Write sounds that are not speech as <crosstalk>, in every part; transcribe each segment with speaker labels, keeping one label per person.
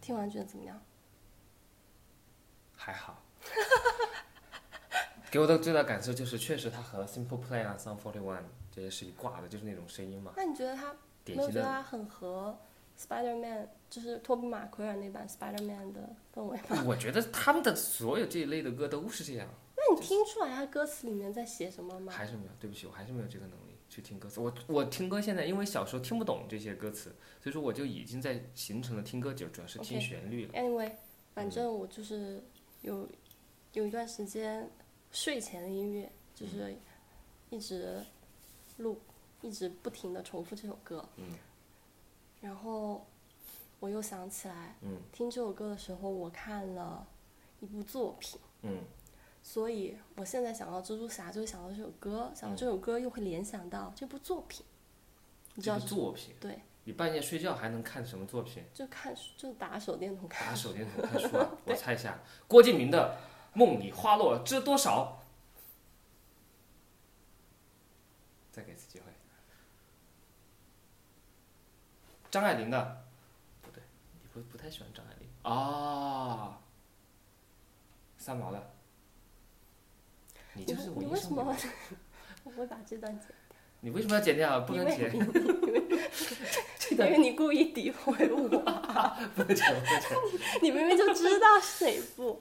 Speaker 1: 听完觉得怎么样？
Speaker 2: 还好。 <laughs> 给我的最大感受就是，确实它和 Simple Plan 啊、Sum Forty One 这些是一挂的，就是那种声音嘛。
Speaker 1: 那你觉得它没
Speaker 2: 典
Speaker 1: 有
Speaker 2: 型
Speaker 1: 觉得
Speaker 2: 的
Speaker 1: 它很合 Spider Man，就是托比马奎尔那版 Spider Man 的氛围吗？
Speaker 2: 我觉得他们的所有这一类的歌都是这样，
Speaker 1: 那你听出来他歌词里面在写什么吗？
Speaker 2: 还是没有。对不起，我还是没有这个能力去听歌词。我我听歌现在因为小时候听不懂这些歌词，所以说我就已经在形成了听歌，就主要是听
Speaker 1: OK
Speaker 2: 旋律了。嗯
Speaker 1: Anyway，反正我就是有有一段时间睡前的音乐，
Speaker 2: 嗯
Speaker 1: 就是一直录，一直不停的重复这首歌。
Speaker 2: 嗯
Speaker 1: 然后我又想起来，
Speaker 2: 嗯
Speaker 1: 听这首歌的时候，我看了一部作品，
Speaker 2: 嗯
Speaker 1: 所以我现在想到蜘蛛侠，就会想到这首歌，想到这首歌又会联想到这部作品。你知
Speaker 2: 这
Speaker 1: 道
Speaker 2: 个
Speaker 1: 是
Speaker 2: 作品，
Speaker 1: 对，
Speaker 2: 你半夜睡觉还能看什么作品？
Speaker 1: 就看就打手电筒
Speaker 2: 打
Speaker 1: 看，
Speaker 2: 手电筒看书
Speaker 1: <laughs>
Speaker 2: 啊？我猜一下，郭敬明的《梦里花落知多少》。再给一次机会。张爱玲的，不对，你不不太喜欢张爱玲啊？三毛的，
Speaker 1: 你
Speaker 2: 你就是我
Speaker 1: 你
Speaker 2: 一
Speaker 1: 为什
Speaker 2: 生的
Speaker 1: 么？ <laughs> 我会把这
Speaker 2: <laughs>
Speaker 1: 段剪
Speaker 2: 你为什么要剪掉？啊不
Speaker 1: 因
Speaker 2: 能
Speaker 1: 为
Speaker 2: 剪，
Speaker 1: 因为你故意诋毁 <laughs> 我，
Speaker 2: 不能剪，不能剪。
Speaker 1: 你明明就知道是哪部。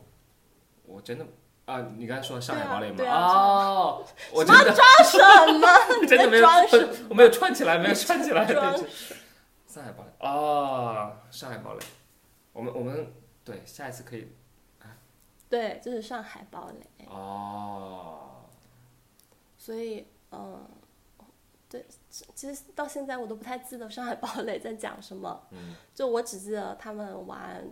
Speaker 2: 我真的啊，你刚才说上海堡垒吗？
Speaker 1: 对啊对啊
Speaker 2: 哦，我真
Speaker 1: 妈
Speaker 2: 的
Speaker 1: 装什
Speaker 2: <laughs>
Speaker 1: 么？你
Speaker 2: 真
Speaker 1: 在
Speaker 2: 的没有
Speaker 1: 装什么？，
Speaker 2: 我没有串起来，没有串起来。对
Speaker 1: 装
Speaker 2: 不起上海堡垒哦，上海堡垒，我们我们对下一次可以
Speaker 1: 对，就是上海堡垒。
Speaker 2: 哦，
Speaker 1: 所以，嗯，对，其其实到现在我都不太记得上海堡垒在讲什么，
Speaker 2: 嗯
Speaker 1: 就我只记得他们玩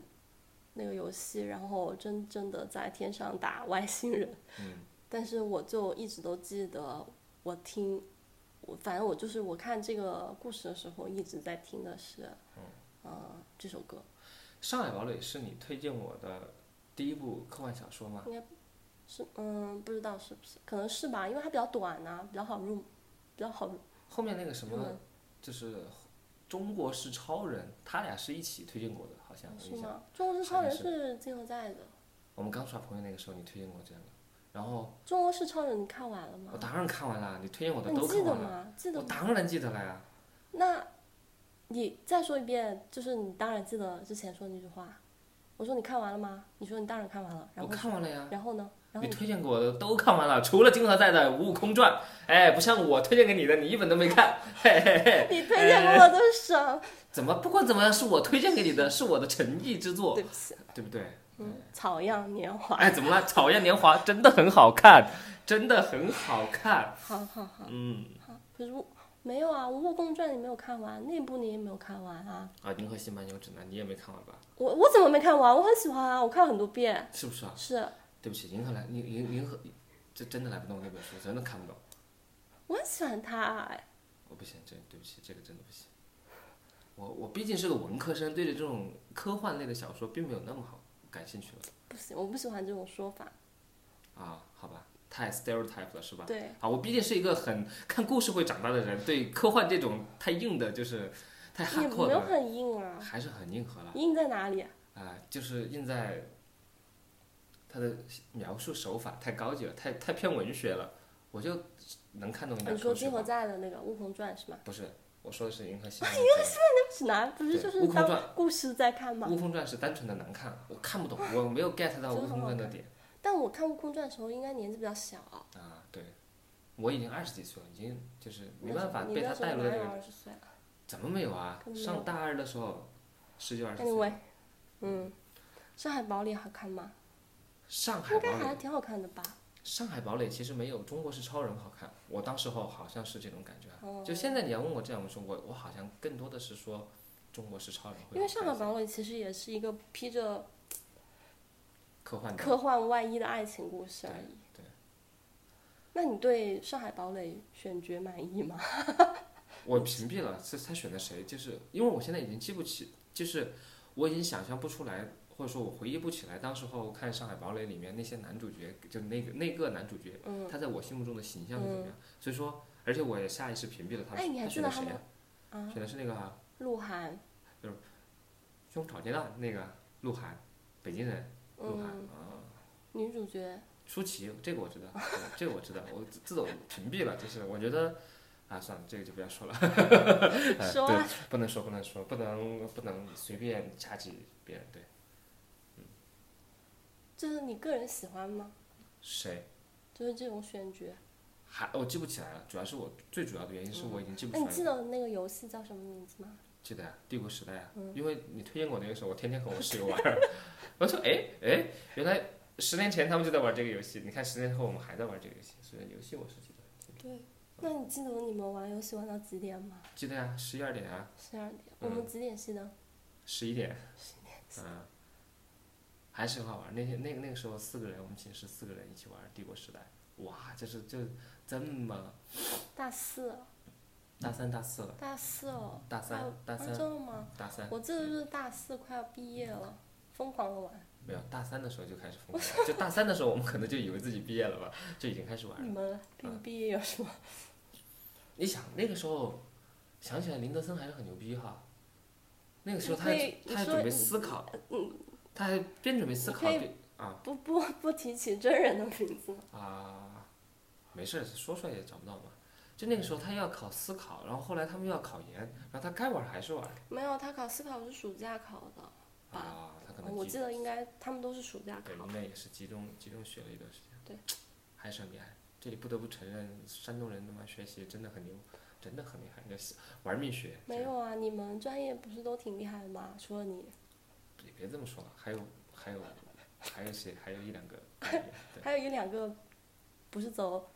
Speaker 1: 那个游戏，然后真正的在天上打外星人。
Speaker 2: 嗯
Speaker 1: 但是我就一直都记得，我听，我反正我就是我看这个故事的时候一直在听的是，
Speaker 2: 嗯
Speaker 1: 呃，这首歌
Speaker 2: 上海堡垒是你推荐我的第一部科幻小说吗？
Speaker 1: 是嗯，不知道是不是，可能是吧，因为它比较短呐、比较好入，比较好入
Speaker 2: 后面那个什
Speaker 1: 入
Speaker 2: 么
Speaker 1: 门，
Speaker 2: 就是中国是超人，他俩是一起推荐过的，好像有
Speaker 1: 是
Speaker 2: 印象。
Speaker 1: 吗？《中国式超人》
Speaker 2: 好像
Speaker 1: 是金河在的，
Speaker 2: 我们刚刷朋友那个时候，你推荐过这样的，然后
Speaker 1: 《中国式超人》你看完了
Speaker 2: 我
Speaker 1: 吗？
Speaker 2: 当然看完了，你推荐哦我
Speaker 1: 那
Speaker 2: 的
Speaker 1: 你
Speaker 2: 都
Speaker 1: 记
Speaker 2: 看
Speaker 1: 得
Speaker 2: 完了，
Speaker 1: 吗？记
Speaker 2: 我
Speaker 1: 得吗？
Speaker 2: 当然记得了呀。
Speaker 1: 那，你再说一遍，就是你当然记得之前说的那句话，我说你看完了吗？你说你当然看完了，然
Speaker 2: 我
Speaker 1: 后
Speaker 2: 看完了呀，
Speaker 1: 然后呢？然后你
Speaker 2: 你推荐给我的都看完了，除了金河在的《悟空传》，哎，不像我推荐给你的，你一本都没看。嘿嘿嘿，
Speaker 1: 你推荐给我都是什么？
Speaker 2: 怎么？不管怎么样，是我推荐给你的，是我的诚意之作
Speaker 1: 对，不起，
Speaker 2: 对不对？
Speaker 1: 嗯，草样年华。
Speaker 2: 哎，怎么了？《草样年华》真的很好看，真的很好看。
Speaker 1: 好好好
Speaker 2: 嗯，
Speaker 1: 好，可是我没有啊，《悟空传》你没有看完，那部你也没有看完啊。
Speaker 2: 啊，《银河系漫游指南》你也没看完吧？
Speaker 1: 我我怎么没看完？我很喜欢啊，我看了很多遍。
Speaker 2: 是不是啊？
Speaker 1: 是
Speaker 2: 对不起，银河来，银银银河，这真的来不动那本书，真的看不懂。
Speaker 1: 我很喜欢他、哎
Speaker 2: 我不行，这对不起，这个真的不行。我我毕竟是个文科生，对着这种科幻类的小说并没有那么好感兴趣了。
Speaker 1: 不行，我不喜欢这种说法。
Speaker 2: 啊，好吧，太 stereotype 了是吧？
Speaker 1: 对，
Speaker 2: 啊，我毕竟是一个很看故事会长大的人，对科幻这种太硬的，就是太
Speaker 1: 也
Speaker 2: hardcore
Speaker 1: 没有
Speaker 2: 的，
Speaker 1: 很硬啊，
Speaker 2: 还是很硬核了。
Speaker 1: 硬在哪里啊？
Speaker 2: 啊，就是硬在它的描述手法太高级了，太太偏文学了，我就能看懂一点
Speaker 1: 啊你说
Speaker 2: 口
Speaker 1: 金
Speaker 2: 水
Speaker 1: 河
Speaker 2: 话。
Speaker 1: 在的那个《悟空传》是吗？啊
Speaker 2: 不是，我说的是《银河系漫游指南》。
Speaker 1: 那指南不是
Speaker 2: 对
Speaker 1: 就是
Speaker 2: 悟空传
Speaker 1: 当故事在看吗？
Speaker 2: 《悟空传》是单纯的难看，我看不懂，我没有 get 到《
Speaker 1: 真好
Speaker 2: 悟空传》的
Speaker 1: 看哦
Speaker 2: 点
Speaker 1: 但我看《悟空传》的时候，应该年纪比较小，
Speaker 2: 啊。对，我已经二十几岁了，已经就是没
Speaker 1: 那
Speaker 2: 办
Speaker 1: 时
Speaker 2: 法
Speaker 1: 候
Speaker 2: 被他带入
Speaker 1: 你
Speaker 2: 到
Speaker 1: 那时候
Speaker 2: 那个
Speaker 1: 哪有二十岁啊
Speaker 2: 怎么没有啊
Speaker 1: 可？能没有
Speaker 2: 上大二的时候，十九二十岁。
Speaker 1: ？Anyway，嗯，上海堡垒好看吗？
Speaker 2: 上海
Speaker 1: 应
Speaker 2: 堡
Speaker 1: 该还
Speaker 2: 垒，
Speaker 1: 挺好看的吧？
Speaker 2: 上海堡垒其实没有《中国式超人》好看。我当时候好像是这种感觉啊。
Speaker 1: 哦
Speaker 2: 就现在你要问我这样说，我我好像更多的是说《中国式超人》会好看一些。
Speaker 1: 因为上海堡垒其实也是一个披着
Speaker 2: 科幻的
Speaker 1: 科幻外衣的爱情故事而已。
Speaker 2: 对对
Speaker 1: 那你对上海堡垒选角满意吗？
Speaker 2: 我屏蔽了是他选的谁，就是因为我现在已经记不起，就是我已经想象不出来，或者说我回忆不起来，当时候看《上海堡垒》里面那些男主角，就那个那个男主角，
Speaker 1: 嗯，
Speaker 2: 他在我心目中的形象是怎么样？所以说，而且我也下意识屏蔽了他，
Speaker 1: 哎你还
Speaker 2: 他
Speaker 1: 记得
Speaker 2: 啊选的
Speaker 1: 他
Speaker 2: 谁
Speaker 1: 吗
Speaker 2: 呀、
Speaker 1: 啊，
Speaker 2: 选的是那个啊、
Speaker 1: 鹿晗，
Speaker 2: 胸口街道那个鹿晗，北京人鹿晗
Speaker 1: 嗯，
Speaker 2: 啊，
Speaker 1: 女主角
Speaker 2: 舒淇这个我知道， <laughs> 对这个我知道，我这这种屏蔽了，就是我觉得。啊，算了，这个就不要说了。哎
Speaker 1: 说
Speaker 2: <laughs> 对
Speaker 1: 啊，
Speaker 2: 不能说，不能说，不能不能随便掐指别人。对，
Speaker 1: 就是你个人喜欢吗？
Speaker 2: 谁？
Speaker 1: 就是这种选角。
Speaker 2: 还我记不起来了，主要是我最主要的原因是我已经记不
Speaker 1: 那
Speaker 2: 出
Speaker 1: 哎你
Speaker 2: 来
Speaker 1: 记
Speaker 2: 了。
Speaker 1: 得那个游戏叫什么名字吗？
Speaker 2: 记得啊，帝国时代啊，
Speaker 1: 嗯
Speaker 2: 因为你推荐过那个时候，我天天和我室友玩儿。 <laughs> 我说，哎哎，原来十年前他们就在玩这个游戏，你看十年后我们还在玩这个游戏，所以游戏我是记得，
Speaker 1: 对。那你记得你们玩游戏玩到几点吗？
Speaker 2: 记得呀、十一二点啊，
Speaker 1: 十二点。我们几点熄灯？
Speaker 2: 十一点，嗯，还是很好玩儿。那天那个那个时候四个人，我们寝室四个人一起玩儿帝国时代，哇，就是就这么
Speaker 1: 大四，
Speaker 2: 大三大四了，
Speaker 1: 大四哦。
Speaker 2: 嗯大三
Speaker 1: 哎呦
Speaker 2: 大三
Speaker 1: 啊真的吗？
Speaker 2: 大三。
Speaker 1: 我记得就是大四快要毕业了，疯狂的玩。
Speaker 2: 没有，大三的时候就开始疯狂了，就大三的时候，我们可能就以为自己毕业了吧，就已经开始玩嗯
Speaker 1: 你
Speaker 2: 了。
Speaker 1: 们毕不毕业有什么？
Speaker 2: 你想那个时候，想起来林德森还是很牛逼哈，那个时候他
Speaker 1: 你可
Speaker 2: 还
Speaker 1: 以
Speaker 2: 他
Speaker 1: 你说呃
Speaker 2: 还
Speaker 1: 嗯
Speaker 2: 准备思考，他还边准备思考
Speaker 1: 你可以
Speaker 2: 边啊
Speaker 1: 不不不提起真人的名字吗？
Speaker 2: 啊，没事儿，说出来也找不到嘛。就那个时候他要考思考，然后后来他们又要考研，然后他该玩还是玩
Speaker 1: 没有，他考思考是暑假考的，
Speaker 2: 啊，他可能
Speaker 1: 哦我
Speaker 2: 集
Speaker 1: 记得应该他们都是暑假
Speaker 2: 对，
Speaker 1: 考
Speaker 2: 应。该也是集中集中学了一段时间。
Speaker 1: 对，
Speaker 2: 还是很厉害。这里不得不承认，山东人他妈学习真的很牛，真的很厉害，就是玩命学。
Speaker 1: 没有啊，你们专业不是都挺厉害的吗？除了你，
Speaker 2: 这，也别这么说了，还有还有还有谁？还有一两个。 <laughs> 对，
Speaker 1: 还有一两个不是走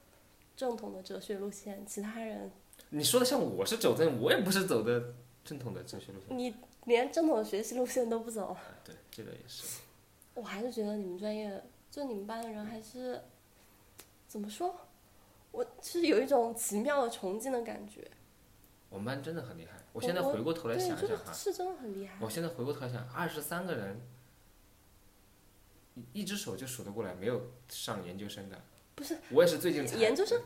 Speaker 1: 正统的哲学路线，其他人
Speaker 2: 你说的像我是走正，我也不是走的正统的哲学路线。
Speaker 1: 你连正统的学习路线都不走。
Speaker 2: 啊对，这个也是。
Speaker 1: 我还是觉得你们专业，就你们班的人还是怎么说？我是有一种奇妙的崇敬的感觉，
Speaker 2: 我们班真的很厉害。
Speaker 1: 我
Speaker 2: 我现在
Speaker 1: 我
Speaker 2: 回过头来
Speaker 1: 对，
Speaker 2: 想一
Speaker 1: 就
Speaker 2: 想
Speaker 1: 是
Speaker 2: 哈，
Speaker 1: 是真的很厉害
Speaker 2: 我。现在回过头来想，二十三个人，一一只手就数得过来，没有上研究生的。
Speaker 1: 不是，
Speaker 2: 我也是最近才
Speaker 1: 研究生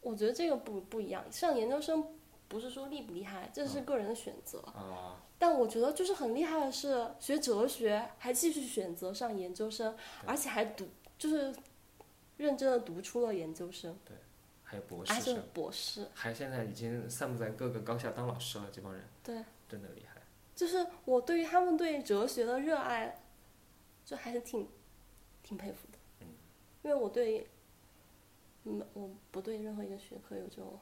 Speaker 1: 我觉得这个不不一样，上研究生不是说厉不厉害，这是个人的选择。
Speaker 2: 嗯啊。
Speaker 1: <laughs> 但我觉得就是很厉害的是，学哲学还继续选择上研究生，而且还读就是认真的读出了研究生，
Speaker 2: 还有博
Speaker 1: 还
Speaker 2: 士
Speaker 1: 是
Speaker 2: 生，
Speaker 1: 博士。
Speaker 2: 还现在已经散布在各个高校当老师了，这帮人
Speaker 1: 对，
Speaker 2: 真的厉害。
Speaker 1: 就是我对于他们对哲学的热爱，就还是挺挺佩服的。
Speaker 2: 嗯
Speaker 1: 因为我对，嗯，我不对任何一个学科有这种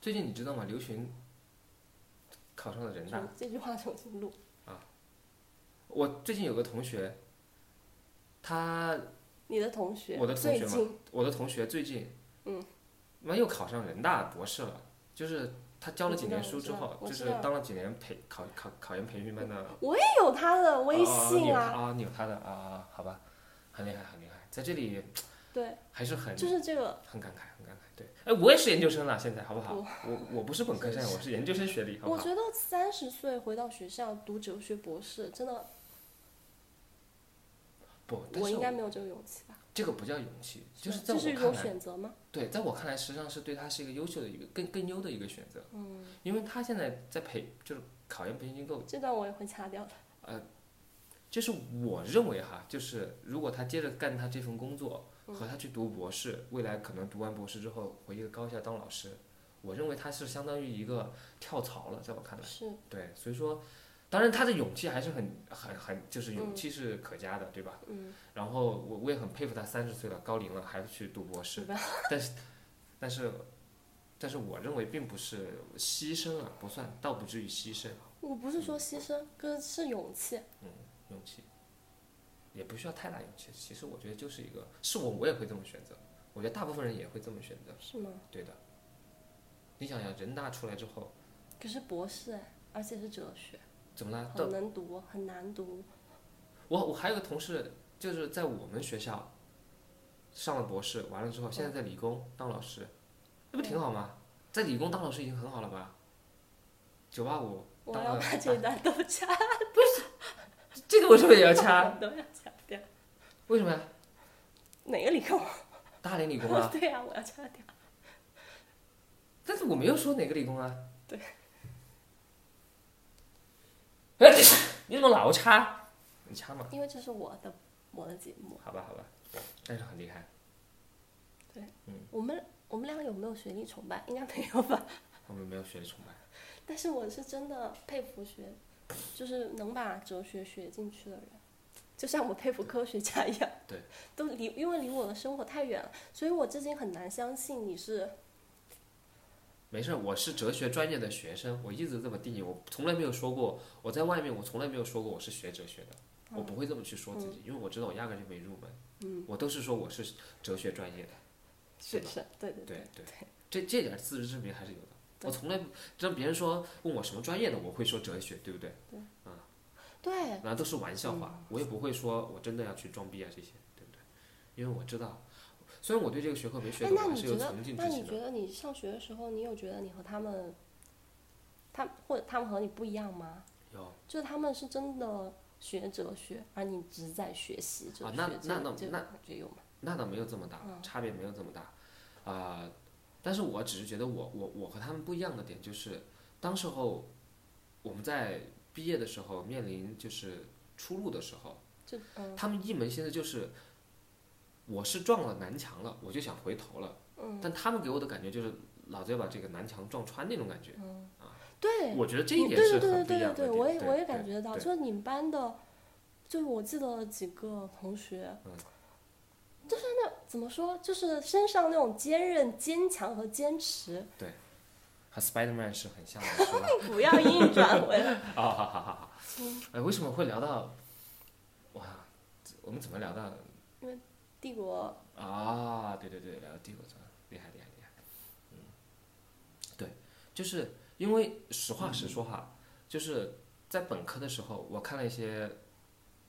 Speaker 2: 最近你知道吗？刘询考上了人大。
Speaker 1: 这句话重新录。
Speaker 2: 我最近有个同学，他
Speaker 1: 你的同学，
Speaker 2: 我的同学
Speaker 1: 最
Speaker 2: 嘛
Speaker 1: 近
Speaker 2: 我的同学最近，
Speaker 1: 嗯，
Speaker 2: 妈又考上人大博士了，就是他教了几年书之后，
Speaker 1: 我
Speaker 2: 就
Speaker 1: 知道我知道
Speaker 2: 是当了几年培考考考研培训班的
Speaker 1: 也有他的微信
Speaker 2: 啊，
Speaker 1: 啊，
Speaker 2: 啊你有他的啊，好吧，很厉害很厉害，在这里
Speaker 1: 对，
Speaker 2: 还是很
Speaker 1: 就是这个。
Speaker 2: 很感慨，很感慨。对，哎，我也是研究生了，现在好不好？我我不是本
Speaker 1: <laughs>
Speaker 2: 科生，我是研究生学历，好不
Speaker 1: 我
Speaker 2: 好？
Speaker 1: 觉得三十岁回到学校读哲学博士，真的，
Speaker 2: 不，但
Speaker 1: 我
Speaker 2: 是
Speaker 1: 应该没有这个勇气吧？
Speaker 2: 这个不叫勇气，就是是
Speaker 1: 吧这
Speaker 2: 在我
Speaker 1: 是一
Speaker 2: 看
Speaker 1: 种
Speaker 2: 来，
Speaker 1: 选择吗？
Speaker 2: 对，在我看来，实际上是对他是一个优秀的一个更更优的一个选择。嗯，因为他现在在培就是考研培训机构，
Speaker 1: 这段我也会掐掉的。
Speaker 2: 就是我认为哈，就是如果他接着干他这份工作，和他去读博士，未来可能读完博士之后回一个高校当老师，我认为他是相当于一个跳槽了，在我看来。
Speaker 1: 是，
Speaker 2: 对，所以说，当然他的勇气还是很很很，就是勇气是可嘉的，对吧？
Speaker 1: 嗯，
Speaker 2: 然后我我也很佩服他，三十岁了，高龄了还去读博士
Speaker 1: 对，
Speaker 2: 但是但是但是我认为并不是牺牲啊，不算，倒不至于牺牲
Speaker 1: 我不是说牺牲，哥是勇气。
Speaker 2: 勇气，也不需要太大勇气。其实我觉得就是一个，是我我也会这么选择，我觉得大部分人也会这么选择，
Speaker 1: 是吗？
Speaker 2: 对的。你想想，人大出来之后
Speaker 1: 可是博士哎，而且是哲学，
Speaker 2: 怎么了？到
Speaker 1: 很能读，很难读。
Speaker 2: 我我还有个同事，就是在我们学校上了博士，完了之后，
Speaker 1: 嗯
Speaker 2: 现在在理工当老师，那不挺好吗？在理工当老师已经很好了吧？九八五，
Speaker 1: 我
Speaker 2: 当
Speaker 1: 要
Speaker 2: 了
Speaker 1: 把这一段都掐
Speaker 2: <laughs> 这个为什么也要掐？
Speaker 1: 掉，都要掐掉。
Speaker 2: 为什么呀？
Speaker 1: 哪个理工？
Speaker 2: 大连理工啊，
Speaker 1: 对呀、我要掐掉。 <laughs>
Speaker 2: 但是我没有说哪个理工啊。
Speaker 1: 对。
Speaker 2: 哎你怎么老插？你插吗？
Speaker 1: 因为这是我的我的节目，
Speaker 2: 好吧，好吧，但是很厉害，嗯
Speaker 1: 我们我们俩有没有学历崇拜？应该没有吧？ <laughs>
Speaker 2: 我们没有学历崇拜。
Speaker 1: 但是我是真的佩服学，就是能把哲学学进去的人，就像我佩服科学家一样。
Speaker 2: 对，
Speaker 1: 都离因为离我的生活太远了，所以我至今很难相信你是
Speaker 2: 没事，我是哲学专业的学生，我一直这么定义，我从来没有说过我在外面，我从来没有说过我是学哲学的，
Speaker 1: 嗯
Speaker 2: 我不会这么去说自己，因为我知道我压根就没入门，嗯，我都是说我是哲学专
Speaker 1: <laughs>
Speaker 2: 业的，是
Speaker 1: 学
Speaker 2: 吧
Speaker 1: 生，对对
Speaker 2: 对对，这这点自知之明还是有的。我从来不让别人说问我什么专业的，我会说哲学，对不对？
Speaker 1: 对，嗯
Speaker 2: 那都是玩笑话，我也不会说我真的要去装逼啊这些，对不对？因为我知道，虽然我对这个学科没学
Speaker 1: 哎，
Speaker 2: 懂，
Speaker 1: 那
Speaker 2: 还
Speaker 1: 你
Speaker 2: 是
Speaker 1: 觉
Speaker 2: 有
Speaker 1: 得
Speaker 2: 崇敬，
Speaker 1: 那
Speaker 2: 之
Speaker 1: 你
Speaker 2: 情的。
Speaker 1: 觉得你上学的时候，你有觉得你和他们，他或者他们和你不一样吗？
Speaker 2: 有
Speaker 1: 就是他们是真的学哲学，而你只是在学习哲学，
Speaker 2: 啊那
Speaker 1: 这
Speaker 2: 那那
Speaker 1: 这
Speaker 2: 那
Speaker 1: 种感觉有吗？
Speaker 2: 那倒没有这么大，
Speaker 1: 嗯
Speaker 2: 差别没有这么大，啊、但是我只是觉得我我我和他们不一样的点就是，当时候我们在毕业的时候面临就是出路的时候，
Speaker 1: 就嗯
Speaker 2: 他们一门心思就是，我是撞了南墙了，我就想回头了，
Speaker 1: 嗯
Speaker 2: 但他们给我的感觉就是老子要把这个南墙撞穿那种感觉，
Speaker 1: 对，
Speaker 2: 我觉得这一
Speaker 1: 你
Speaker 2: 点是
Speaker 1: 对对对
Speaker 2: 很不
Speaker 1: 对对
Speaker 2: 一样的
Speaker 1: 对，
Speaker 2: 点，
Speaker 1: 我也
Speaker 2: 对
Speaker 1: 我也感觉到，
Speaker 2: 对
Speaker 1: 就是你们班的，就是我记得几个同学，
Speaker 2: 嗯
Speaker 1: 就是那怎么说，就是身上那种坚韧、坚强和坚
Speaker 2: <laughs>
Speaker 1: 持，
Speaker 2: 和 Spiderman 是很像的，是吧？
Speaker 1: 不要硬转回来。
Speaker 2: <laughs> 啊，好好好好，哎，为什么会聊到，哇，我们怎么聊到？
Speaker 1: 帝国
Speaker 2: 啊，对对对，聊帝国专，厉害厉害厉害。嗯，对，就是因为实话实说哈，就是在本科的时候，我看了一些，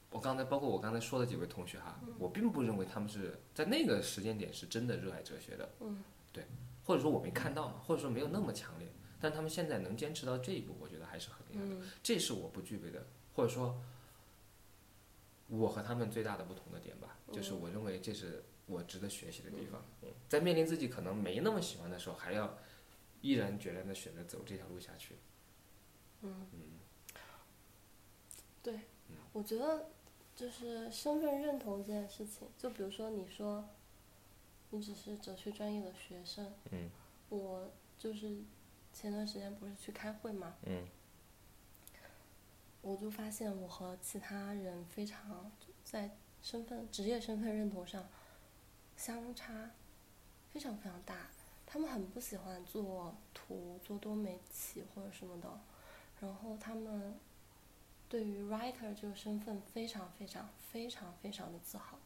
Speaker 2: 我刚才包括我刚才说的几位同学哈，我并不认为他们是在那个时间点是真的热爱哲学的。嗯，对，或者说我没看到嘛，或者说没有那么强烈，但他们现在能坚持到这一步，我觉得还是很厉害的。这是我不具备的，或者说。我和他们最大的不同的点吧，就是我认为这是我值得学习的地方。嗯，在面临自己可能没那么喜欢的时候，还要毅然决然的选择走这条路下去。
Speaker 1: 我觉得就是身份认同这件事情，就比如说你说你只是哲学专业的学生，
Speaker 2: 嗯，
Speaker 1: 我就是前段时间不是去开会嘛，
Speaker 2: 嗯，
Speaker 1: 我就发现我和其他人非常在身份、职业身份认同上相差非常非常大，他们很不喜欢做图、做多媒体或者什么的，然后他们对于 writer 这个身份非常非常非常非常的自豪。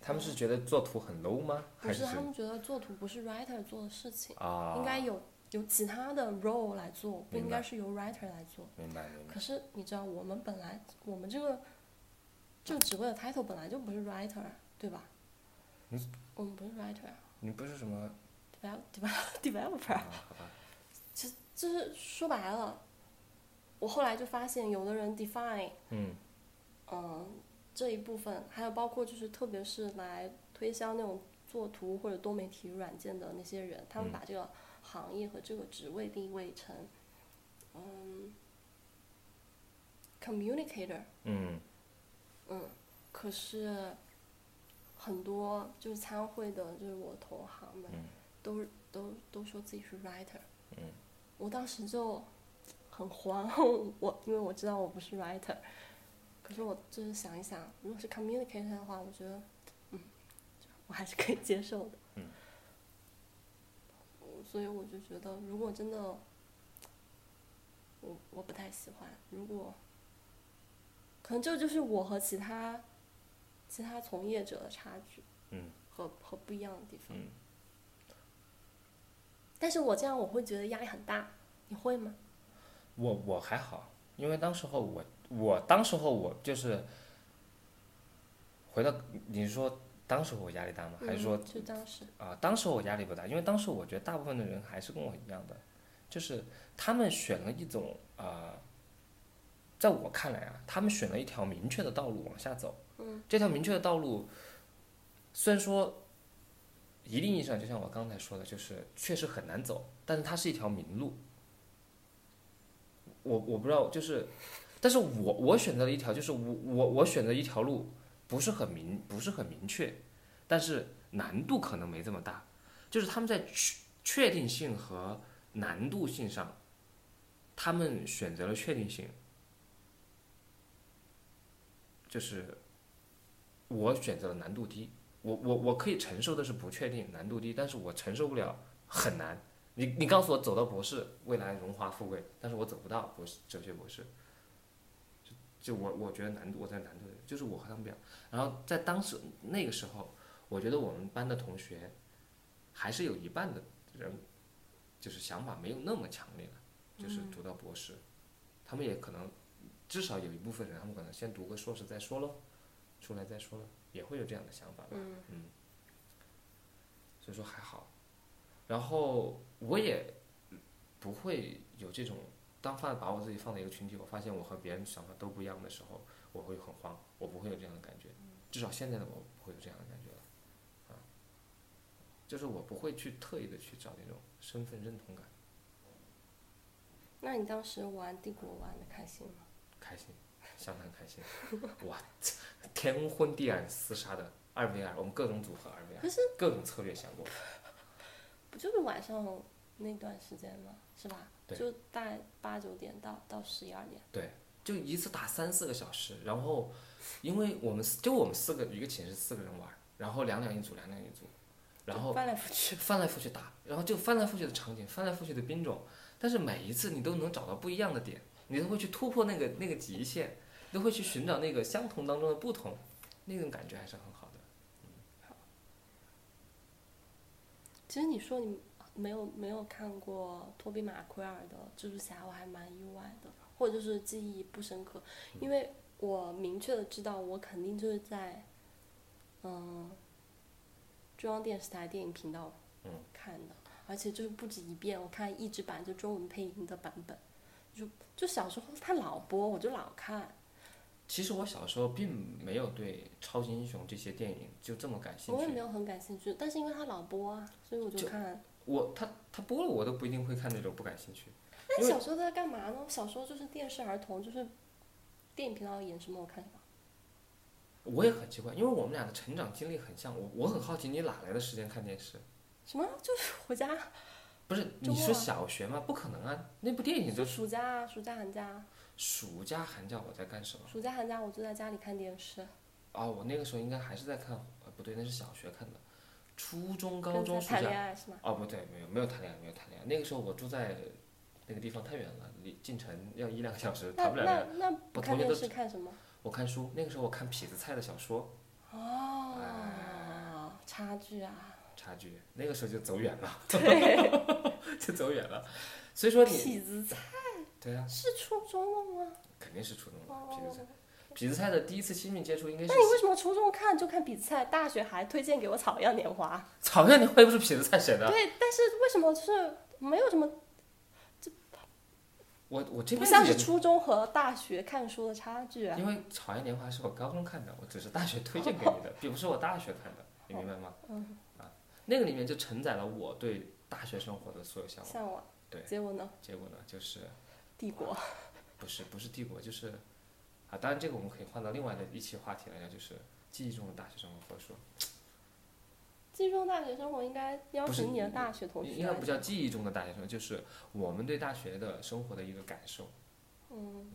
Speaker 2: 他们是觉得做图很 low 吗？
Speaker 1: 不
Speaker 2: 还
Speaker 1: 是，
Speaker 2: 是
Speaker 1: 他们觉得做图不是 writer 做的事情，
Speaker 2: 啊？
Speaker 1: 应该有有其他的 role 来做，不
Speaker 2: 明
Speaker 1: 应该
Speaker 2: 白
Speaker 1: 是由 writer 来做。
Speaker 2: 明白明白。
Speaker 1: 可是你知道，我们本来我们这个这个职位的 title 本来就不是 writer，对啊吧？
Speaker 2: 嗯
Speaker 1: 我们不是 writer，
Speaker 2: 你不是什么
Speaker 1: 对吧？对吧 <laughs> ？developer，
Speaker 2: 啊？好吧，
Speaker 1: 就就是说白了，我后来就发现，有的人 define
Speaker 2: 嗯
Speaker 1: 嗯，这一部分，还有包括就是特别是来推销那种做图或者多媒体软件的那些人，他们
Speaker 2: 嗯
Speaker 1: 把这个行业和这个职位定位成，嗯，communicator，
Speaker 2: 嗯
Speaker 1: 嗯，可是很多就是参会的，就是我同行们，
Speaker 2: 嗯
Speaker 1: 都都都说自己是 writer，
Speaker 2: 嗯
Speaker 1: 我当时就很慌， <laughs> 我因为我知道我不是 writer，可是我就是想一想，如果是 communicator 的话，我觉得，嗯，我还是可以接受的，
Speaker 2: 嗯
Speaker 1: 我所以我就觉得，如果真的，我我不太喜欢，如果。可能这就是我和其他其他从业者的差距
Speaker 2: 嗯
Speaker 1: 和和不一样的地方。
Speaker 2: 嗯
Speaker 1: 但是我这样我会觉得压力很大，你会吗？
Speaker 2: 我我还好，因为当时候我我当时候我就是回到你是说当时候我压力大吗？啊还是说
Speaker 1: 嗯就当时
Speaker 2: 啊，当时我压力不大，因为当时我觉得大部分的人还是跟我一样的，就是他们选了一种啊、呃在我看来啊，他们选了一条明确的道路往下走。嗯，这条明确的道路，虽然说一定意义上，就像我刚才说的，就是确实很难走，但是它是一条明路。我我不知道，就是，但是我我选择了一条，就是我我我选择一条路，不是很明不是很明确，但是难度可能没这么大，就是他们在确确定性和难度性上，他们选择了确定性，就是我选择了难度低，我我我可以承受的是不确定，难度低，但是我承受不了很难。你你告诉我走到博士，未来荣华富贵，但是我走不到博士哲学博士，就就我我觉得难度我在难度，就是我和他们不一样。然后在当时那个时候，我觉得我们班的同学还是有一半的人，就是想法没有那么强烈的，就是读到博士，他们也可能至少有一部分人，他们可能先读个硕士再说咯，出来再说咯，也会有这样的想法吧。
Speaker 1: 嗯
Speaker 2: 所以说还好。然后我也不会有这种当放把我自己放在一个群体，我发现我和别人想法都不一样的时候，我会很慌，我不会有这样的感觉，至少现在的我不会有这样的感觉了，啊，就是我不会去特意的去找那种身份认同感，
Speaker 1: 那你当时玩帝国玩的开心吗？
Speaker 2: 开心，相当开心， <laughs> 哇，天昏地暗厮杀的二 v 二，我们各种组合二 v
Speaker 1: 可
Speaker 2: 二，
Speaker 1: 是
Speaker 2: 各种策略想过，
Speaker 1: 不就是晚上那段时间吗？是吧？
Speaker 2: 对
Speaker 1: 就大概八九点到到十一二点。
Speaker 2: 就一次打三四个小时，然后，因为我们四就我们四个一个寝室四个人玩，然后两两一组，两两一组，然后
Speaker 1: 翻来覆去，
Speaker 2: 翻来覆去打，然后就翻来覆去的场景，翻来覆去的兵种，但是每一次你都能找到不一样的点，你都会去突破那个那个极限，都会去寻找那个相同当中的不同，那种感觉还是很好的。
Speaker 1: 其实你说你没有没有看过托比马奎尔的《蜘蛛侠》，我还蛮意外的，或者就是记忆不深刻，因为我明确的知道我肯定就是在，嗯，中央电视台电影频道
Speaker 2: 嗯
Speaker 1: 看的，而且就是不止一遍，我看译制版就中文配音的版本，就就小时候他老播我就老看，
Speaker 2: 其实我小时候并没有对超级英雄这些电影就这么感兴
Speaker 1: 我也没
Speaker 2: 趣，
Speaker 1: 有很感兴趣，但是因为他老播啊，所以我就
Speaker 2: 就
Speaker 1: 看。
Speaker 2: 我他他播了我都不一定会看那种不感兴趣。
Speaker 1: 那
Speaker 2: 因为
Speaker 1: 小时候都在干嘛呢？小时候就是电视儿童，就是电影频道演什么我看什么。
Speaker 2: 我也很奇怪，因为我们俩的成长经历很像，我我很好奇你哪来的时间看电视？
Speaker 1: 什么？就是 <laughs> 回家，
Speaker 2: 不是
Speaker 1: 周
Speaker 2: 你
Speaker 1: 末啊
Speaker 2: 说小学吗？不可能啊！那部电影
Speaker 1: 就
Speaker 2: 就
Speaker 1: 暑假啊，暑假寒假啊，
Speaker 2: 暑假寒假我在干什么？
Speaker 1: 暑假寒假我就在家里看电视，
Speaker 2: 哦，我那个时候应该还是在看，呃，不对，那是小学看的，初中、高
Speaker 1: 跟
Speaker 2: 中
Speaker 1: 在
Speaker 2: 暑
Speaker 1: 谈恋
Speaker 2: 假。
Speaker 1: 爱是吗？
Speaker 2: 哦，不对，没有没有谈恋爱，没有谈恋爱。那个时候我住在那个地方太远了，离进城要一两个小时，
Speaker 1: 那
Speaker 2: 谈不了恋
Speaker 1: 那
Speaker 2: 爱。
Speaker 1: 那不
Speaker 2: 我
Speaker 1: 看
Speaker 2: 同学
Speaker 1: 电
Speaker 2: 都
Speaker 1: 视看什么？
Speaker 2: 我看书，那个时候我看痞子蔡的小说，
Speaker 1: 哦，差距啊，
Speaker 2: 差距。那个时 <laughs> 候就走远了， <laughs>
Speaker 1: 对，
Speaker 2: 就走远了。所以说你
Speaker 1: <laughs> 痞子才
Speaker 2: 对啊，
Speaker 1: 是初中了吗？
Speaker 2: 肯定是初中的痞子蔡
Speaker 1: 哦。，
Speaker 2: 痞子蔡的第一次亲密接触应该是
Speaker 1: 那你为什么初中看就看比赛，大学还推荐给我《草样年华》？
Speaker 2: 啊草原年华又不是痞子蔡写的。啊
Speaker 1: 对，但是为什么就是没有什么
Speaker 2: 我我这
Speaker 1: 不
Speaker 2: 边
Speaker 1: 像是初中和大学看书的差距啊。
Speaker 2: 因为《草原年华》是我高中看的，我只是大学推荐给
Speaker 1: <laughs>
Speaker 2: 你的，并不是我大学看的，你明白吗？啊
Speaker 1: 嗯，
Speaker 2: 那个里面就承载了我对大学生活的所有向往。
Speaker 1: 向往。
Speaker 2: 对
Speaker 1: 结果呢？
Speaker 2: 结果呢，就是
Speaker 1: 帝国。
Speaker 2: 不是不是帝国，就是啊，当然这个我们可以换到另外的一期话题来聊，就是记忆中的大学生活，或者说
Speaker 1: 记中大学生活应该邀
Speaker 2: 不是
Speaker 1: 请你的大学同学。
Speaker 2: 应应该不叫。记忆中的大学生，就是我们对大学的生活的一个感受。
Speaker 1: 嗯。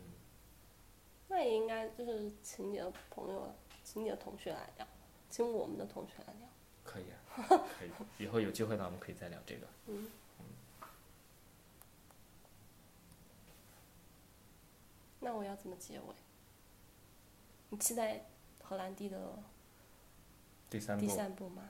Speaker 1: 那也应该就是请你的朋友、请你的同学来聊，请我们的同学来聊。
Speaker 2: 可以啊，可以，以后有机会呢，我们可以再聊这个。
Speaker 1: 嗯。那我要怎么结尾？你期待荷兰弟的
Speaker 2: 第三
Speaker 1: 第
Speaker 2: 步，
Speaker 1: 三部吗？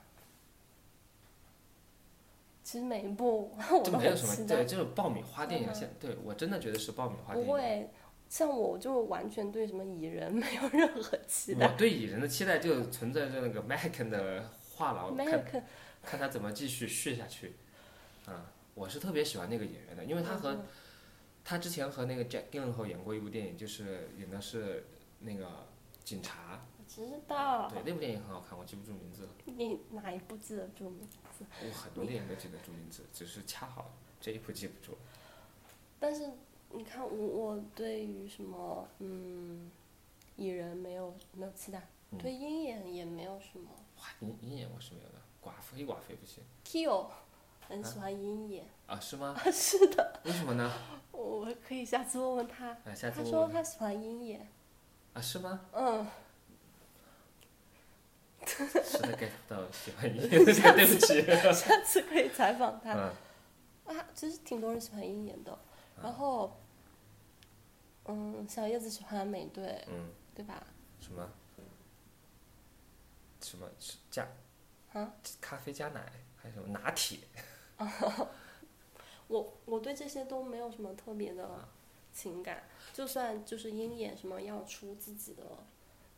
Speaker 1: 其实每一部我
Speaker 2: 这
Speaker 1: 都
Speaker 2: 没有
Speaker 1: 很
Speaker 2: 什
Speaker 1: 期
Speaker 2: 么，
Speaker 1: 待
Speaker 2: 对，，就是爆米花电
Speaker 1: 真
Speaker 2: 影
Speaker 1: 的
Speaker 2: 线，对我真的觉得是爆米花
Speaker 1: 不
Speaker 2: 电影。
Speaker 1: 会，像我我就完全对什么蚁人没有任何期
Speaker 2: 我
Speaker 1: 待。
Speaker 2: 对蚁人的期待就存在着那个 Mac 的话痨，
Speaker 1: 没有
Speaker 2: 看
Speaker 1: 可
Speaker 2: 看他怎么继续续下去。啊，我是特别喜欢那个演员的，因为他
Speaker 1: 嗯
Speaker 2: 和他之前和那个 Jack Gyllenhaal 演过一部电影，就是演的是那个警察，
Speaker 1: 我知道
Speaker 2: 对，那部电影很好看，我记不住名字了。
Speaker 1: 你哪一部记得住名字，
Speaker 2: 我很多电影都记得住名字，只是恰好这一部记不住。
Speaker 1: 但是你看我我对于什么嗯，蚁人没有没有期待，
Speaker 2: 嗯
Speaker 1: 对鹰眼也没有什么。
Speaker 2: 哇，鹰鹰眼我是没有的，寡妇黑寡妇也不行
Speaker 1: Kyo 很喜欢鹰眼，
Speaker 2: 啊？是吗？
Speaker 1: <laughs> 是的，
Speaker 2: 为什么呢？
Speaker 1: 我可以下次问问他。
Speaker 2: 哎，下次
Speaker 1: 他
Speaker 2: 问
Speaker 1: 说
Speaker 2: 问
Speaker 1: 他喜欢鹰眼， <laughs>
Speaker 2: 啊？是吗？
Speaker 1: 嗯，
Speaker 2: 实在 get 不到喜欢鹰眼，对不起。
Speaker 1: 下次可以采访他。
Speaker 2: 嗯，
Speaker 1: 啊，其实挺多人喜欢鹰眼的。然后，嗯，小叶子喜欢美队，
Speaker 2: 嗯，
Speaker 1: 对吧？
Speaker 2: 什么？什么是加
Speaker 1: 啊，
Speaker 2: 咖啡加奶还是什么拿铁？
Speaker 1: 我我对这些都没有什么特别的情感，就算就是鹰眼什么要出自己的，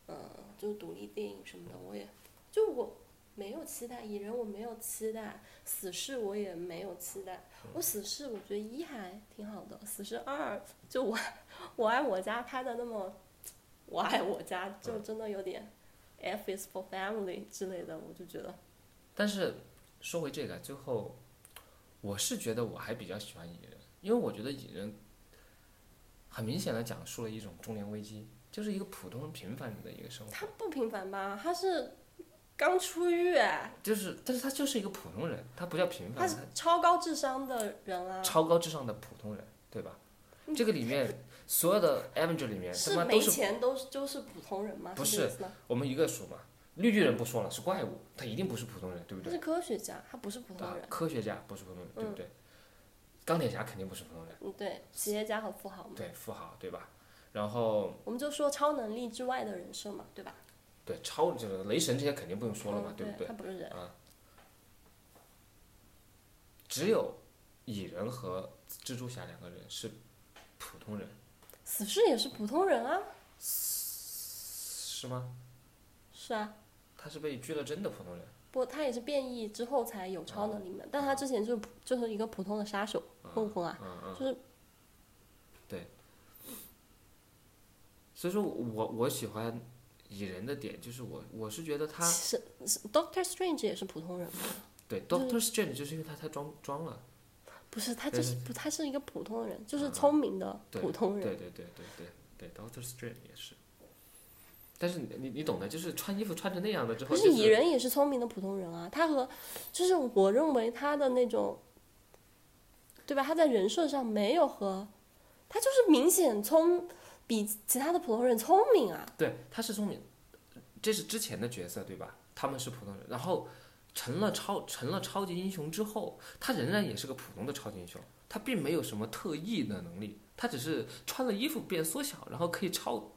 Speaker 1: 嗯，就是独立电影什么的，我也就我没有期待，蚁人我没有期待，死侍我也没有期待，我死侍我觉得一还挺好的，死侍二就我 <laughs> 我爱我家拍的那么，我爱我家就真的有点 F is for family 之类的，我就觉得
Speaker 2: 但是说回这个，最后我是觉得我还比较喜欢蚁人，因为我觉得蚁人很明显的讲述了一种中年危机，就是一个普通人平凡人的一个生活，
Speaker 1: 他不平凡吧，他是刚出狱哎。
Speaker 2: 就是但是他就是一个普通人，他不叫平
Speaker 1: 他
Speaker 2: 凡，
Speaker 1: 是
Speaker 2: 他
Speaker 1: 超高智商的人啊，
Speaker 2: 超高智商的普通人，对吧？这个里面所有的 Avenger 里面，他
Speaker 1: 是
Speaker 2: 妈都
Speaker 1: 没
Speaker 2: 是
Speaker 1: 钱都是就是普通人吗？
Speaker 2: 不
Speaker 1: 是这个意思吗？
Speaker 2: 我们一个说嘛，绿巨人不说了，是怪物，他一定不是普通人，对不
Speaker 1: 他
Speaker 2: 对？
Speaker 1: 是科学家，他不是普
Speaker 2: 对吧啊
Speaker 1: 通人。
Speaker 2: 科学家不是普通人，对不对？钢铁侠肯定不是普通人，
Speaker 1: 嗯，对，企业家和富豪嘛，
Speaker 2: 对，富豪，对吧？然后
Speaker 1: 我们就说超能力之外的人设嘛，对吧？
Speaker 2: 对，超这个雷神这些肯定不用说了嘛，
Speaker 1: 嗯
Speaker 2: 对不
Speaker 1: 对？
Speaker 2: 对
Speaker 1: 他？不是人，
Speaker 2: 只有蚁人和蜘蛛侠两个人是普通人，
Speaker 1: 死侍也是普通人啊，
Speaker 2: 是吗？
Speaker 1: 是啊，
Speaker 2: 他是被拘了真的普通人
Speaker 1: 不，他也是变异之后才有超能力
Speaker 2: 啊
Speaker 1: 嘛，但他之前就是普就是一个普通的杀手混混啊，
Speaker 2: 嗯嗯，
Speaker 1: 就是
Speaker 2: 对。所以说我我喜欢蚁人的点就是我我是觉得他
Speaker 1: 是是 Doctor Strange 也是普通人嘛，
Speaker 2: 对 Doctor Strange 就是因为他太装装了，
Speaker 1: 不是他就是
Speaker 2: 对
Speaker 1: 不他是一个普通人，就是
Speaker 2: 嗯
Speaker 1: 聪明的
Speaker 2: 对
Speaker 1: 普通人
Speaker 2: 对，对对对对对，Doctor Strange 也是。但是你你你懂的，就是穿衣服穿成那样的之后，
Speaker 1: 可
Speaker 2: 就是
Speaker 1: 蚁人也是聪明的普通人啊，他和就是我认为他的那种，对吧？他在人设上没有和，他就是明显聪比其他的普通人聪明啊。
Speaker 2: 对，他是聪明，这是之前的角色对吧？他们是普通人，然后成了超成了超级英雄之后，他仍然也是个普通的超级英雄，他并没有什么特异的能力，他只是穿了衣服变缩小，然后可以超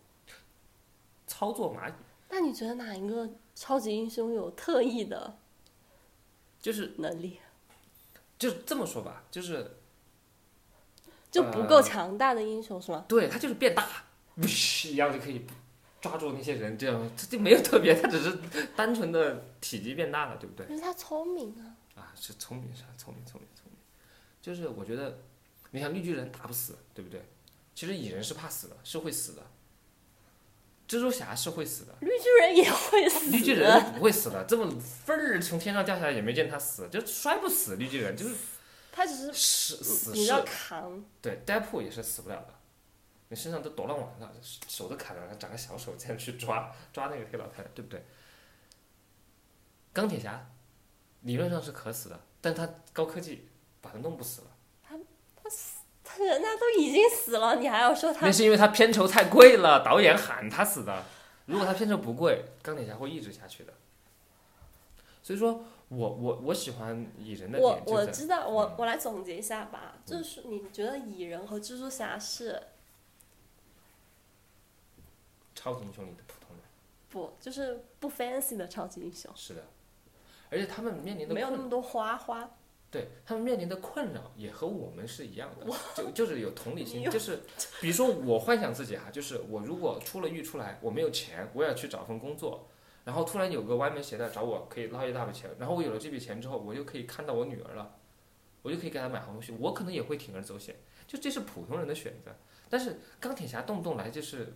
Speaker 2: 操作蚂蚁，
Speaker 1: 那你觉得哪一个超级英雄有特异的
Speaker 2: 就是
Speaker 1: 能力？
Speaker 2: 就这么说吧，就是
Speaker 1: 就不
Speaker 2: 呃
Speaker 1: 够强大的英雄是吗？
Speaker 2: 对他就是变大，一样就可以抓住那些人，这样这就没有特别，他只是单纯的体积变大了，对不对？
Speaker 1: 可是他聪明啊，
Speaker 2: 啊，是聪明是吧聪明聪明聪明，就是我觉得，你看绿巨人打不死，对不对？其实蚁人是怕死的，是会死的。蜘蛛侠是会死的，
Speaker 1: 绿巨人也会死。
Speaker 2: 绿巨人是不会死的，这么分儿从天上掉下来也没见他死，就摔不死绿巨人，就是
Speaker 1: 他只是
Speaker 2: 死死
Speaker 1: 比
Speaker 2: 是
Speaker 1: 较扛，
Speaker 2: 对 d e p 也是死不了的，你身上都躲乱网了，手都砍了，然后长个小手这样去抓抓那个黑老太太，对不对？钢铁侠理论上是可死的，但他高科技把他弄不死了，
Speaker 1: 他人家都已经死了，你还要说他
Speaker 2: 那是因为他片酬太贵了，导演喊他死的。如果他片酬不贵，钢铁侠会一直下去的。所以说我我我喜欢蚁人的
Speaker 1: 我
Speaker 2: 点就
Speaker 1: 我
Speaker 2: 在
Speaker 1: 知道，我
Speaker 2: 嗯
Speaker 1: 我来总结一下吧，就是你觉得蚁人和蜘蛛侠是
Speaker 2: 超级英雄里的普通人，
Speaker 1: 不就是不 fancy 的超级英雄，
Speaker 2: 是的，而且他们面临的
Speaker 1: 没有
Speaker 2: 困
Speaker 1: 那么多花花，
Speaker 2: 对他们面临的困扰也和我们是一样的，就就是有同理
Speaker 1: 你
Speaker 2: 心，
Speaker 1: 又 <laughs>
Speaker 2: 就是比如说我幻想自己哈、啊就是我如果出了狱出来，我没有钱，我要去找份工作，然后突然有个歪门邪道找我，可以捞一大笔钱，然后我有了这笔钱之后，我就可以看到我女儿了，我就可以给她买好东西，我可能也会铤而走险，就这是普通人的选择，但是钢铁侠动不动来就是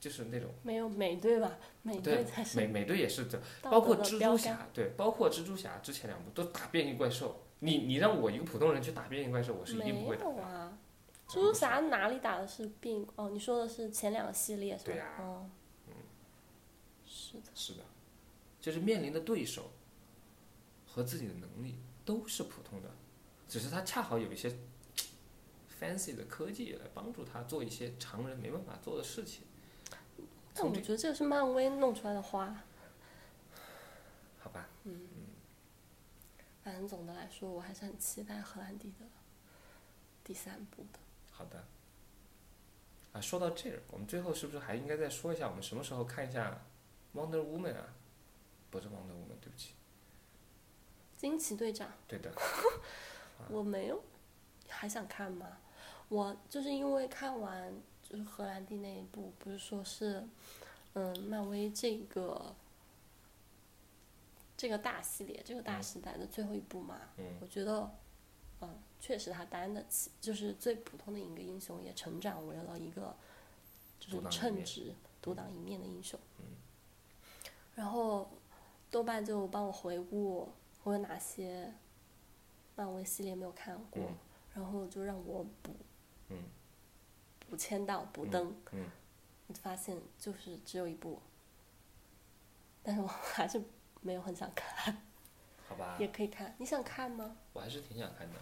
Speaker 2: 就是那种。
Speaker 1: 没有美队吧？美
Speaker 2: 对
Speaker 1: 队才，哎是
Speaker 2: 美美队也是这，
Speaker 1: 道
Speaker 2: 包括
Speaker 1: 德的
Speaker 2: 蜘蛛
Speaker 1: 标杆。
Speaker 2: 侠，对，包括蜘蛛侠之前两部都打变异怪兽，你你让我一个普通人去打变异怪兽，我是一定嗯
Speaker 1: 没
Speaker 2: 不会打
Speaker 1: 有
Speaker 2: 的。
Speaker 1: 啊，蜘蛛侠哪里打的是病？哦，你说的是前两个系列是吧？
Speaker 2: 对呀
Speaker 1: 哦，是的，
Speaker 2: 是的，就是面临的对手和自己的能力都是普通的，只是他恰好有一些 fancy 的科技来帮助他做一些常人没办法做的事情。
Speaker 1: 但
Speaker 2: 从
Speaker 1: 我
Speaker 2: 这
Speaker 1: 觉得这个是漫威弄出来的花。
Speaker 2: 好吧，
Speaker 1: 反正总的来说，我还是很期待荷兰弟的第三部的。
Speaker 2: 好的。啊，说到这儿，我们最后是不是还应该再说一下，我们什么时候看一下《Wonder Woman》啊？不是《Wonder Woman》，对不起，
Speaker 1: 惊奇队长，
Speaker 2: 对的，啊
Speaker 1: 我没有，还想看吗？我就是因为看完就是荷兰弟那一部，不是说是，嗯，漫威这个这个大系列、这个大时代的最后一部嘛，
Speaker 2: 嗯
Speaker 1: 我觉得，嗯，确实他担得起，就是最普通的一个英雄也成长为了一个就
Speaker 2: 独
Speaker 1: 是
Speaker 2: 当一
Speaker 1: 称
Speaker 2: 面嗯
Speaker 1: 职、独当一面的英雄。然后豆瓣就帮我回顾我有哪些漫威系列没有看过，
Speaker 2: 嗯
Speaker 1: 然后就让我补，
Speaker 2: 嗯
Speaker 1: 补签到补登，
Speaker 2: 嗯
Speaker 1: 我就发现就是只有一部，但是我 <laughs> 还是没有很想看，
Speaker 2: 好吧
Speaker 1: <laughs> 也，可以看，你想看吗？
Speaker 2: 我还是挺想看的，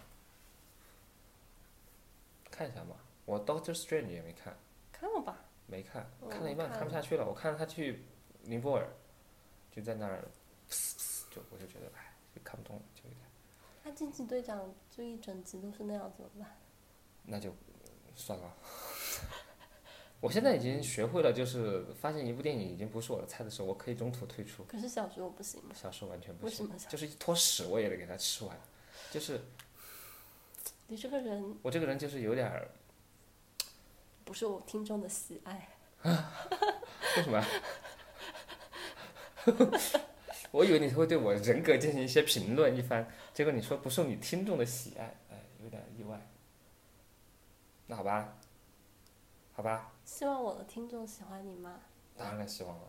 Speaker 2: 看一下吧。我《Doctor Strange》也没看，
Speaker 1: 看了吧，
Speaker 2: 没看，
Speaker 1: 哦
Speaker 2: 看了一半
Speaker 1: 我
Speaker 2: 看
Speaker 1: 看
Speaker 2: 不下去了。我看到他去尼泊尔，就在那儿，就我就觉得哎，就看不动了，就有点，
Speaker 1: 那惊奇队长就一整集都是那样，怎么办？
Speaker 2: 那就算了。 <laughs> 我现在已经学会了，就是发现一部电影已经不是我的菜的时候，我可以中途退出。
Speaker 1: 可是小时候不行嘛，
Speaker 2: 小时候完全不
Speaker 1: 为什
Speaker 2: 行，
Speaker 1: 么小？
Speaker 2: 就是一坨屎我也得给它吃完。就是
Speaker 1: 你这个人
Speaker 2: 我这个人就是有点儿，
Speaker 1: 不是我听众的喜爱，
Speaker 2: 为什么 <laughs> 啊？我以为你会对我人格进行一些评论一番，结果你说不受你听众的喜爱，哎，有点意外。那好吧，好吧，
Speaker 1: 希望我的听众喜欢你吗？
Speaker 2: 当然希望了。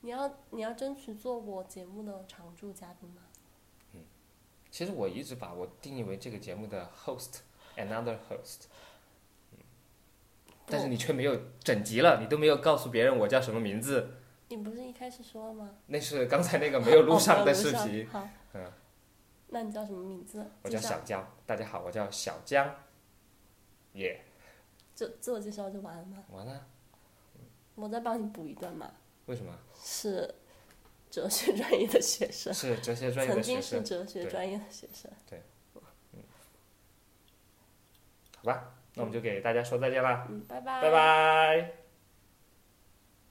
Speaker 1: 你要你要争取做我节目的常驻嘉宾吗？
Speaker 2: 其实我一直把我定义为这个节目的 host another host，但是你却没有整集了，你都没有告诉别人我叫什么名字，
Speaker 1: 你不是一开始说了吗？
Speaker 2: 那是刚才那个没有录上的
Speaker 1: 哦
Speaker 2: 视
Speaker 1: 没有录
Speaker 2: 频。
Speaker 1: 上好，
Speaker 2: 嗯，
Speaker 1: 那你叫什么名字？
Speaker 2: 我叫
Speaker 1: 介绍
Speaker 2: 小江，大家好，我叫小江，耶、
Speaker 1: 就自我介绍就完了吗？
Speaker 2: 我呢？
Speaker 1: 我再帮你补一段嘛，
Speaker 2: 为什么
Speaker 1: 是哲学专业的学生，
Speaker 2: 是哲学专业
Speaker 1: 曾
Speaker 2: 的学
Speaker 1: 经是
Speaker 2: 生？
Speaker 1: 哲学
Speaker 2: 对
Speaker 1: 专业的学生。
Speaker 2: 好吧，那我们就给大家说再见啦，
Speaker 1: 嗯，拜
Speaker 2: 拜拜。